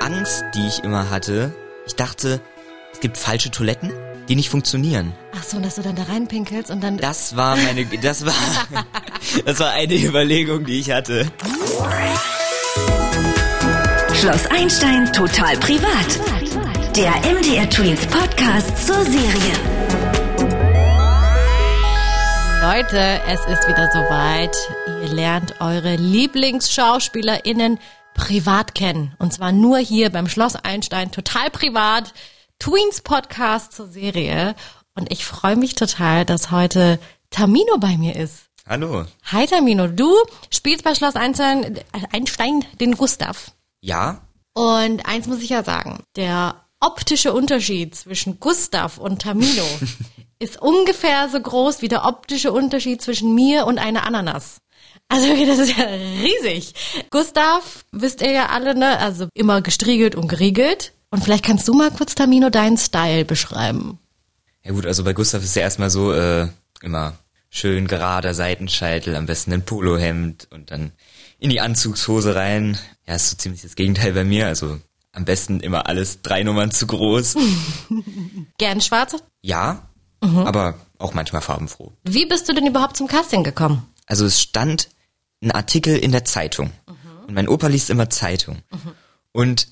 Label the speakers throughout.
Speaker 1: Angst, die ich immer hatte. Ich dachte, es gibt falsche Toiletten, die nicht funktionieren.
Speaker 2: Ach so, und dass du dann da reinpinkelst und dann.
Speaker 1: Das war meine, das war, das war eine Überlegung, die ich hatte.
Speaker 3: Schloss Einstein total privat. Der MDR Twins Podcast zur Serie.
Speaker 2: Leute, es ist wieder soweit. Ihr lernt eure LieblingsschauspielerInnen privat kennen. Und zwar nur hier beim Schloss Einstein, total privat. Tweens Podcast zur Serie. Und ich freue mich total, dass heute Tamino bei mir ist.
Speaker 1: Hallo.
Speaker 2: Hi Tamino, du spielst bei Schloss Einstein, äh, Einstein den Gustav.
Speaker 1: Ja?
Speaker 2: Und eins muss ich ja sagen, der optische Unterschied zwischen Gustav und Tamino ist ungefähr so groß wie der optische Unterschied zwischen mir und einer Ananas. Also wirklich, das ist ja riesig. Gustav, wisst ihr ja alle, ne? Also immer gestriegelt und geriegelt. Und vielleicht kannst du mal kurz, Tamino, deinen Style beschreiben.
Speaker 1: Ja gut, also bei Gustav ist ja erstmal so, äh, immer schön gerader Seitenscheitel, am besten ein Polohemd und dann in die Anzugshose rein. Ja, ist so ziemlich das Gegenteil bei mir, also am besten immer alles drei Nummern zu groß. Mhm.
Speaker 2: Gern schwarz.
Speaker 1: Ja, aber auch manchmal farbenfroh.
Speaker 2: Wie bist du denn überhaupt zum Casting gekommen?
Speaker 1: Also es stand ein Artikel in der Zeitung. Und mein Opa liest immer Zeitung. Und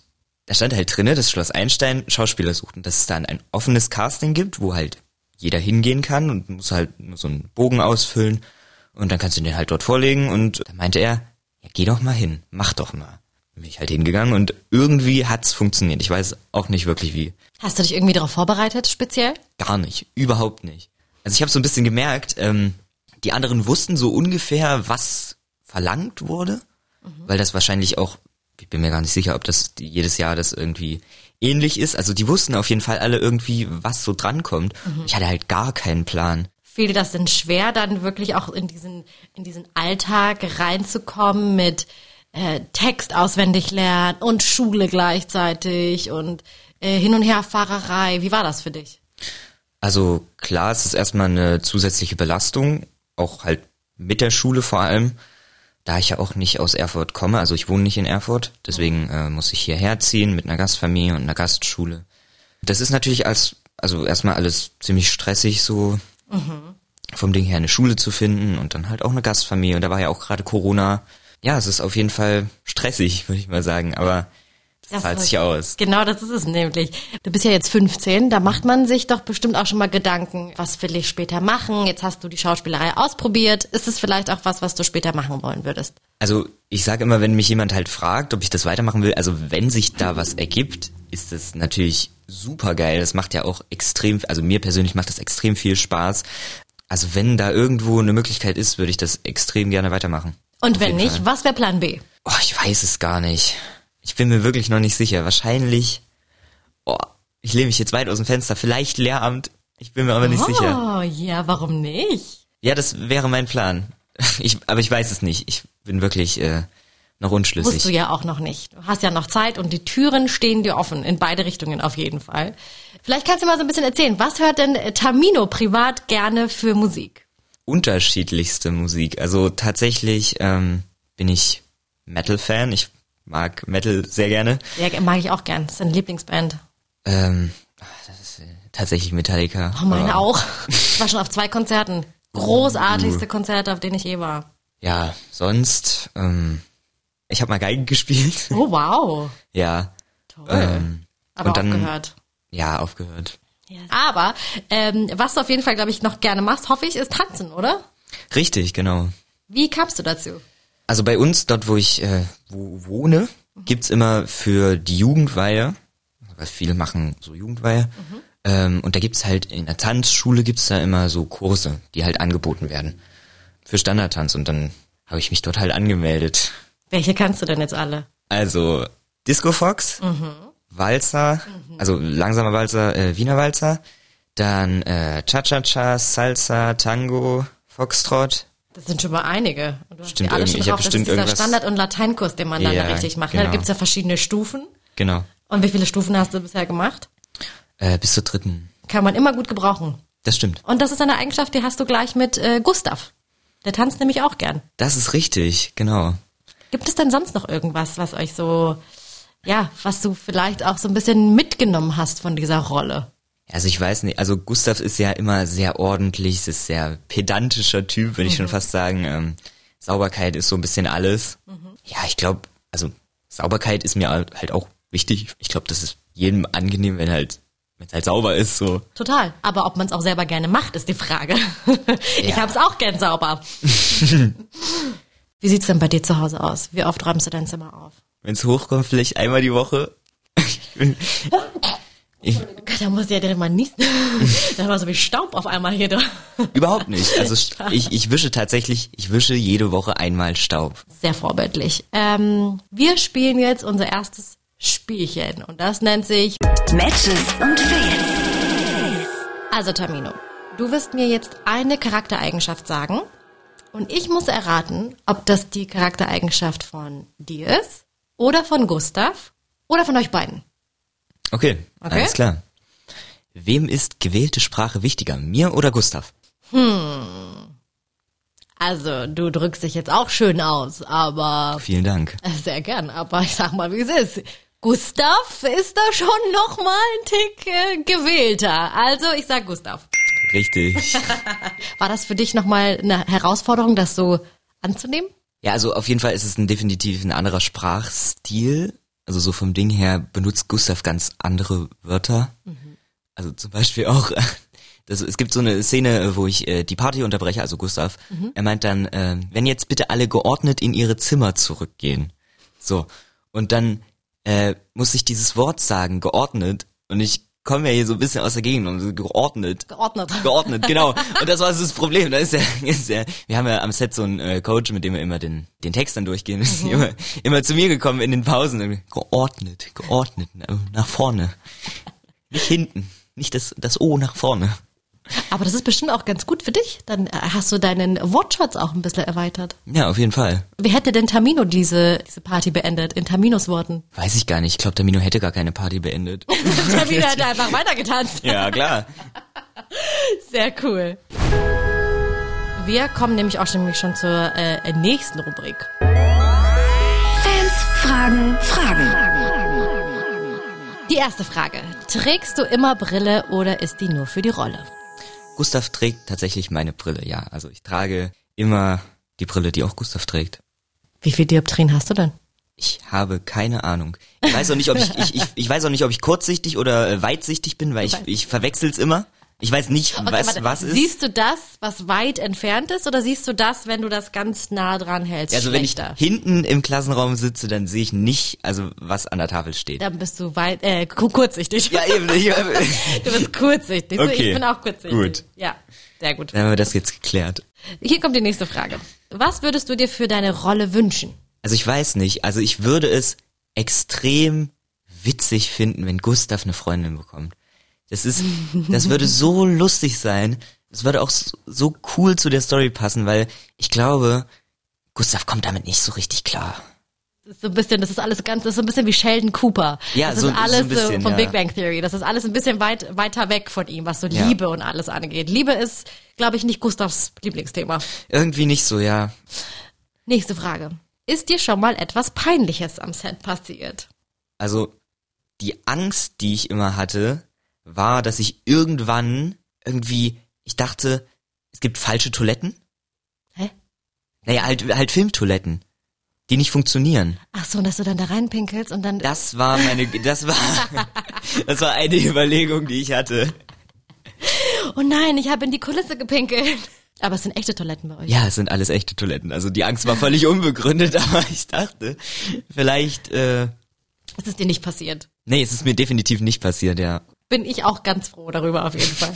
Speaker 1: da stand halt drinne, dass Schloss Einstein Schauspieler sucht und dass es dann ein offenes Casting gibt, wo halt jeder hingehen kann und muss halt nur so einen Bogen ausfüllen und dann kannst du den halt dort vorlegen und da meinte er, ja geh doch mal hin, mach doch mal. Bin ich halt hingegangen und irgendwie hat's funktioniert. Ich weiß auch nicht wirklich wie.
Speaker 2: Hast du dich irgendwie darauf vorbereitet, speziell?
Speaker 1: Gar nicht, überhaupt nicht. Also ich habe so ein bisschen gemerkt, ähm, die anderen wussten so ungefähr, was verlangt wurde, weil das wahrscheinlich auch, ich bin mir gar nicht sicher, ob das die- jedes Jahr das irgendwie ähnlich ist. Also die wussten auf jeden Fall alle irgendwie, was so drankommt. Ich hatte halt gar keinen Plan.
Speaker 2: fiel dir das denn schwer, dann wirklich auch in diesen, in diesen Alltag reinzukommen mit äh, Text auswendig lernen und Schule gleichzeitig und äh, Hin- und Herfahrerei? Wie war das für dich?
Speaker 1: Also klar, es ist erstmal eine zusätzliche Belastung, auch halt mit der Schule vor allem, da ich ja auch nicht aus Erfurt komme, also ich wohne nicht in Erfurt, deswegen äh, muss ich hierher ziehen mit einer Gastfamilie und einer Gastschule. Das ist natürlich als, also erstmal alles ziemlich stressig so, vom Ding her eine Schule zu finden und dann halt auch eine Gastfamilie und da war ja auch gerade Corona. Ja, es ist auf jeden Fall stressig, würde ich mal sagen, aber das,
Speaker 2: Das
Speaker 1: zahlt
Speaker 2: ist-
Speaker 1: sich aus.
Speaker 2: Genau, das ist es nämlich. Du bist ja jetzt 15, da macht man sich doch bestimmt auch schon mal Gedanken, was will ich später machen? Jetzt hast du die Schauspielerei ausprobiert. Ist es vielleicht auch was, was du später machen wollen würdest?
Speaker 1: Also ich sage immer, wenn mich jemand halt fragt, ob ich das weitermachen will, also wenn sich da was ergibt, ist das natürlich super geil. Das macht ja auch extrem, also mir persönlich macht das extrem viel Spaß. Also wenn da irgendwo eine Möglichkeit ist, würde ich das extrem gerne weitermachen.
Speaker 2: Und
Speaker 1: Auf
Speaker 2: wenn
Speaker 1: jeden
Speaker 2: nicht,
Speaker 1: Fall.
Speaker 2: was wäre Plan B?
Speaker 1: Oh, ich weiß es gar nicht. Ich bin mir wirklich noch nicht sicher. Wahrscheinlich, oh, ich lehne mich jetzt weit aus dem Fenster. Vielleicht Lehramt. Ich bin mir aber nicht sicher.
Speaker 2: Oh, ja, warum nicht?
Speaker 1: Ja, das wäre mein Plan. Ich, aber ich weiß es nicht. Ich bin wirklich äh, noch unschlüssig.
Speaker 2: Musst du ja auch noch nicht. Du hast ja noch Zeit und die Türen stehen dir offen, in beide Richtungen auf jeden Fall. Vielleicht kannst du mal so ein bisschen erzählen, was hört denn äh, Tamino privat gerne für Musik?
Speaker 1: unterschiedlichste Musik. Also tatsächlich ähm, bin ich Metal-Fan. Ich mag Metal sehr gerne.
Speaker 2: Ja, mag ich auch gern. Das ist deine Lieblingsband.
Speaker 1: Ähm, das ist äh, tatsächlich Metallica.
Speaker 2: Oh, meine
Speaker 1: Aber,
Speaker 2: auch. Ich war schon auf zwei Konzerten.
Speaker 1: Hm.
Speaker 2: Großartigste Konzerte, auf denen ich je war.
Speaker 1: Ja, sonst. Ähm, ich habe mal Geige gespielt.
Speaker 2: Oh, wow.
Speaker 1: ja.
Speaker 2: Toll.
Speaker 1: Ähm,
Speaker 2: Aber
Speaker 1: und dann,
Speaker 2: aufgehört.
Speaker 1: Ja, aufgehört.
Speaker 2: Aber ähm, was du auf jeden Fall, glaube ich, noch gerne machst, hoffe ich, ist tanzen, oder?
Speaker 1: Richtig, genau.
Speaker 2: Wie kamst du dazu?
Speaker 1: Also bei uns, dort wo ich äh, wo wohne, gibt's immer für die Jugendweihe, weil viele machen so Jugendweihe, ähm, und da gibt's halt in der Tanzschule gibt's da immer so Kurse, die halt angeboten werden. Für Standardtanz und dann habe ich mich dort halt angemeldet.
Speaker 2: Welche kannst du denn jetzt alle?
Speaker 1: Also Disco Fox, Walzer, also langsamer Walzer, äh, Wiener Walzer, dann äh, Cha-Cha-Cha, Salsa, Tango, Foxtrot,
Speaker 2: Das sind schon mal einige. Und du hast
Speaker 1: Stimmt,
Speaker 2: die alle
Speaker 1: irgend-
Speaker 2: schon
Speaker 1: ich hab
Speaker 2: drauf. Das
Speaker 1: bestimmt
Speaker 2: ist dieser
Speaker 1: irgendwas-
Speaker 2: Standard- und Lateinkurs, den man dann
Speaker 1: Ja,
Speaker 2: da richtig macht. Ne? Da
Speaker 1: genau.
Speaker 2: gibt's ja verschiedene Stufen.
Speaker 1: genau,
Speaker 2: Und wie viele Stufen hast du bisher gemacht?
Speaker 1: äh, bis zur dritten.
Speaker 2: Kann man immer gut gebrauchen.
Speaker 1: Das stimmt.
Speaker 2: Und das ist eine Eigenschaft, die hast du gleich mit äh, Gustav. Der tanzt nämlich auch gern.
Speaker 1: Das ist richtig, genau.
Speaker 2: Gibt es denn sonst noch irgendwas, was euch so ja, was du vielleicht auch so ein bisschen mitgenommen hast von dieser Rolle.
Speaker 1: Also ich weiß nicht, also Gustav ist ja immer sehr ordentlich, ist sehr pedantischer Typ, würde ich schon fast sagen. Ähm, Sauberkeit ist so ein bisschen alles. Ja, ich glaube, also Sauberkeit ist mir halt auch wichtig. Ich glaube, das ist jedem angenehm, wenn halt wenn es halt sauber ist so.
Speaker 2: Total. Aber ob man es auch selber gerne macht, ist die Frage. ich
Speaker 1: Ja.
Speaker 2: habe es auch gern sauber. Wie sieht's denn bei dir zu Hause aus? Wie oft räumst du dein Zimmer auf?
Speaker 1: Wenn es hochkommt, vielleicht einmal die Woche.
Speaker 2: Da muss ich ja direkt mal niesen. da war so viel Staub auf einmal hier drin.
Speaker 1: Überhaupt nicht. Also st- ich, ich wische tatsächlich, ich wische jede Woche einmal Staub.
Speaker 2: Sehr vorbildlich. Ähm, wir spielen jetzt unser erstes Spielchen und das nennt sich
Speaker 3: Matches und Fails.
Speaker 2: Also Tamino, du wirst mir jetzt eine Charaktereigenschaft sagen und ich muss erraten, ob das die Charaktereigenschaft von dir ist oder von Gustav oder von euch beiden.
Speaker 1: Okay,
Speaker 2: Okay.
Speaker 1: alles klar. Wem ist gewählte Sprache wichtiger, mir oder Gustav?
Speaker 2: Also, du drückst dich jetzt auch schön aus, aber
Speaker 1: Vielen Dank.
Speaker 2: sehr gern, aber ich sag mal, wie es ist. Gustav ist da schon noch mal ein Tick äh, gewählter. Also, ich sag Gustav.
Speaker 1: Richtig.
Speaker 2: War das für dich noch mal eine Herausforderung, das so anzunehmen?
Speaker 1: Ja, also auf jeden Fall ist es ein definitiv ein anderer Sprachstil. Also so vom Ding her benutzt Gustav ganz andere Wörter. Also zum Beispiel auch, das, es gibt so eine Szene, wo ich äh, die Party unterbreche, also Gustav. Er meint dann, äh, wenn jetzt bitte alle geordnet in ihre Zimmer zurückgehen. So. Und dann äh, muss ich dieses Wort sagen, geordnet. Und ich komme ja hier so ein bisschen aus der Gegend und so geordnet
Speaker 2: Geordnet.
Speaker 1: geordnet, genau. Und das war das Problem. Da ist ja, ist ja, wir haben ja am Set so einen äh, Coach, mit dem wir immer den, den Text dann durchgehen. Ist immer, immer zu mir gekommen in den Pausen. Und geordnet, geordnet, äh, nach vorne. Nicht hinten. Nicht das, das O nach vorne.
Speaker 2: Aber das ist bestimmt auch ganz gut für dich. Dann äh, hast du deinen Wortschatz auch ein bisschen erweitert.
Speaker 1: Ja, auf jeden Fall.
Speaker 2: Wie hätte denn Tamino diese, diese Party beendet? In Taminos Worten.
Speaker 1: Weiß ich gar nicht. Ich glaube, Tamino hätte gar keine Party beendet.
Speaker 2: Tamino hat einfach weitergetanzt.
Speaker 1: ja, klar.
Speaker 2: Sehr cool. Wir kommen nämlich auch schon, nämlich schon zur äh, nächsten Rubrik.
Speaker 3: Fans fragen Fragen.
Speaker 2: Die erste Frage. Trägst du immer Brille oder ist die nur für die Rolle?
Speaker 1: Gustav trägt tatsächlich meine Brille, ja. Also ich trage immer die Brille, die auch Gustav trägt.
Speaker 2: Wie viel Dioptrien hast du denn?
Speaker 1: Ich habe keine Ahnung. Ich weiß auch nicht, ob ich, ich, ich, ich weiß auch nicht, ob ich kurzsichtig oder äh, weitsichtig bin, weil ich, ich verwechsel's immer. Ich weiß nicht, was,
Speaker 2: warte.
Speaker 1: was ist.
Speaker 2: Siehst du das, was weit entfernt ist, oder siehst du das, wenn du das ganz nah dran hältst?
Speaker 1: also wenn ich
Speaker 2: schlechter?
Speaker 1: hinten im Klassenraum sitze, dann sehe ich nicht, also was an der Tafel steht.
Speaker 2: Dann bist du weit, äh, ku- kurzsichtig.
Speaker 1: Ja, eben. Ich,
Speaker 2: Du bist kurzsichtig. So,
Speaker 1: Okay,
Speaker 2: Ich bin auch kurzsichtig.
Speaker 1: gut.
Speaker 2: Ja, sehr gut.
Speaker 1: dann haben wir das jetzt geklärt.
Speaker 2: Hier kommt die nächste Frage. Was würdest du dir für deine Rolle wünschen?
Speaker 1: Also ich weiß nicht. Also ich würde es extrem witzig finden, wenn Gustav eine Freundin bekommt. Das ist, das würde so lustig sein. Das würde auch so- so cool zu der Story passen, weil ich glaube, Gustav kommt damit nicht so richtig klar.
Speaker 2: Das ist so ein bisschen, das ist alles ganz, das ist so ein bisschen wie Sheldon Cooper.
Speaker 1: Ja,
Speaker 2: das
Speaker 1: so-
Speaker 2: ist
Speaker 1: so ein
Speaker 2: alles
Speaker 1: bisschen,
Speaker 2: von
Speaker 1: ja.
Speaker 2: Big Bang Theory. Das ist alles ein bisschen weit, weiter weg von ihm, was so
Speaker 1: Ja.
Speaker 2: Liebe und alles angeht. Liebe ist, glaube ich, nicht Gustavs Lieblingsthema.
Speaker 1: Irgendwie nicht so, ja.
Speaker 2: Nächste Frage. Ist dir schon mal etwas Peinliches am Set passiert?
Speaker 1: Also die Angst, die ich immer hatte, war, dass ich irgendwann irgendwie, ich dachte, es gibt falsche Toiletten.
Speaker 2: Hä?
Speaker 1: Naja, halt, halt Filmtoiletten, die nicht funktionieren.
Speaker 2: Ach so, und dass du dann da reinpinkelst und dann
Speaker 1: Das war meine, das war, das war eine Überlegung, die ich hatte.
Speaker 2: Oh nein, ich habe in die Kulisse gepinkelt. Aber es sind echte Toiletten bei euch.
Speaker 1: Ja, es sind alles echte Toiletten. Also die Angst war völlig unbegründet, aber ich dachte, vielleicht, äh,
Speaker 2: Es ist dir nicht passiert.
Speaker 1: nee, es ist mir definitiv nicht passiert, ja.
Speaker 2: Bin ich auch ganz froh darüber auf jeden Fall.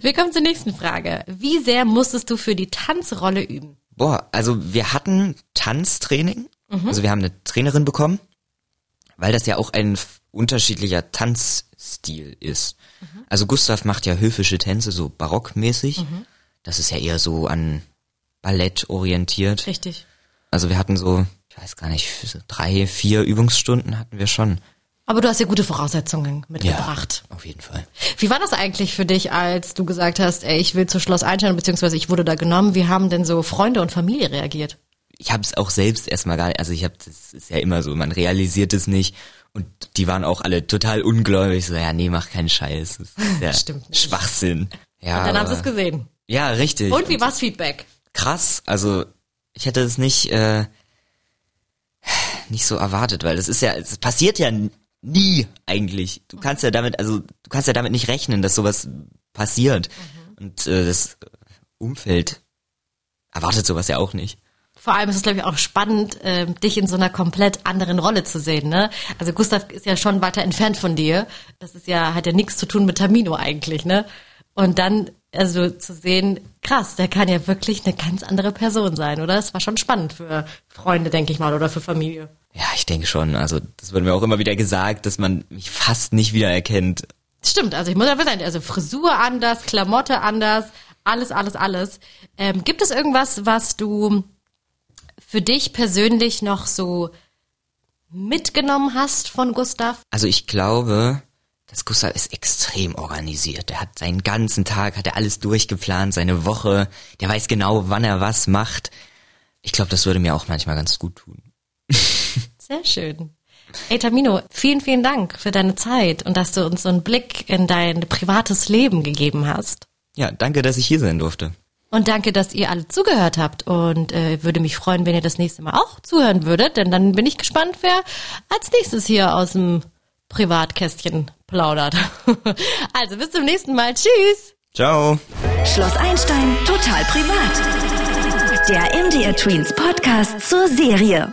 Speaker 2: Wir kommen zur nächsten Frage. Wie sehr musstest du für die Tanzrolle üben?
Speaker 1: Boah, also wir hatten Tanztraining. Also wir haben eine Trainerin bekommen, weil das ja auch ein f- unterschiedlicher Tanzstil ist. Also Gustav macht ja höfische Tänze, so barockmäßig. Das ist ja eher so an Ballett orientiert.
Speaker 2: Richtig.
Speaker 1: Also wir hatten so, ich weiß gar nicht, so drei, vier Übungsstunden hatten wir schon.
Speaker 2: Aber du hast ja gute Voraussetzungen mitgebracht.
Speaker 1: Auf jeden Fall.
Speaker 2: Wie war das eigentlich für dich, als du gesagt hast, ey, ich will zu Schloss Einstein, beziehungsweise ich wurde da genommen? Wie haben denn so Freunde und Familie reagiert?
Speaker 1: ich habe es auch selbst erstmal gar nicht, also ich habe, das ist ja immer so, man realisiert es nicht. Und die waren auch alle total ungläubig, so, ja, nee, mach keinen Scheiß. Das ist ja
Speaker 2: Stimmt nicht.
Speaker 1: Schwachsinn. Ja,
Speaker 2: Und dann haben
Speaker 1: aber-
Speaker 2: sie es gesehen.
Speaker 1: Ja, richtig.
Speaker 2: Und wie war's Feedback?
Speaker 1: krass. Also ich hätte es nicht äh, nicht so erwartet, weil das ist ja, es passiert ja n- nie eigentlich. Du kannst ja damit, also du kannst ja damit nicht rechnen, dass sowas passiert. Und äh, das Umfeld erwartet sowas ja auch nicht.
Speaker 2: Vor allem ist es, glaube ich, auch spannend, ähm, dich in so einer komplett anderen Rolle zu sehen. Ne? Also Gustav ist ja schon weiter entfernt von dir. Das ist ja, hat ja nichts zu tun mit Tamino eigentlich, ne? Und dann, also zu sehen, krass, der kann ja wirklich eine ganz andere Person sein, oder? Das war schon spannend für Freunde, denke ich mal, oder für Familie.
Speaker 1: Ja, ich denke schon. Also das wird mir auch immer wieder gesagt, dass man mich fast nicht wiedererkennt.
Speaker 2: Stimmt, also ich muss einfach sagen, also Frisur anders, Klamotte anders, alles, alles, alles. Ähm, gibt es irgendwas, was du für dich persönlich noch so mitgenommen hast von Gustav?
Speaker 1: Also ich glaube, das Gustav ist extrem organisiert. Er hat seinen ganzen Tag, hat er alles durchgeplant, seine Woche. Der weiß genau, wann er was macht. Ich glaube, das würde mir auch manchmal ganz gut tun.
Speaker 2: Sehr schön. Ey, Tamino, vielen, vielen Dank für deine Zeit und dass du uns so einen Blick in dein privates Leben gegeben hast.
Speaker 1: Ja, danke, dass ich hier sein durfte.
Speaker 2: Und danke, dass ihr alle zugehört habt. Und äh, würde mich freuen, wenn ihr das nächste Mal auch zuhören würdet, denn dann bin ich gespannt, wer als nächstes hier aus dem Privatkästchen plaudert. also bis zum nächsten Mal. Tschüss.
Speaker 1: Ciao.
Speaker 3: Schloss Einstein total privat. Der MDR Tweens Podcast zur Serie.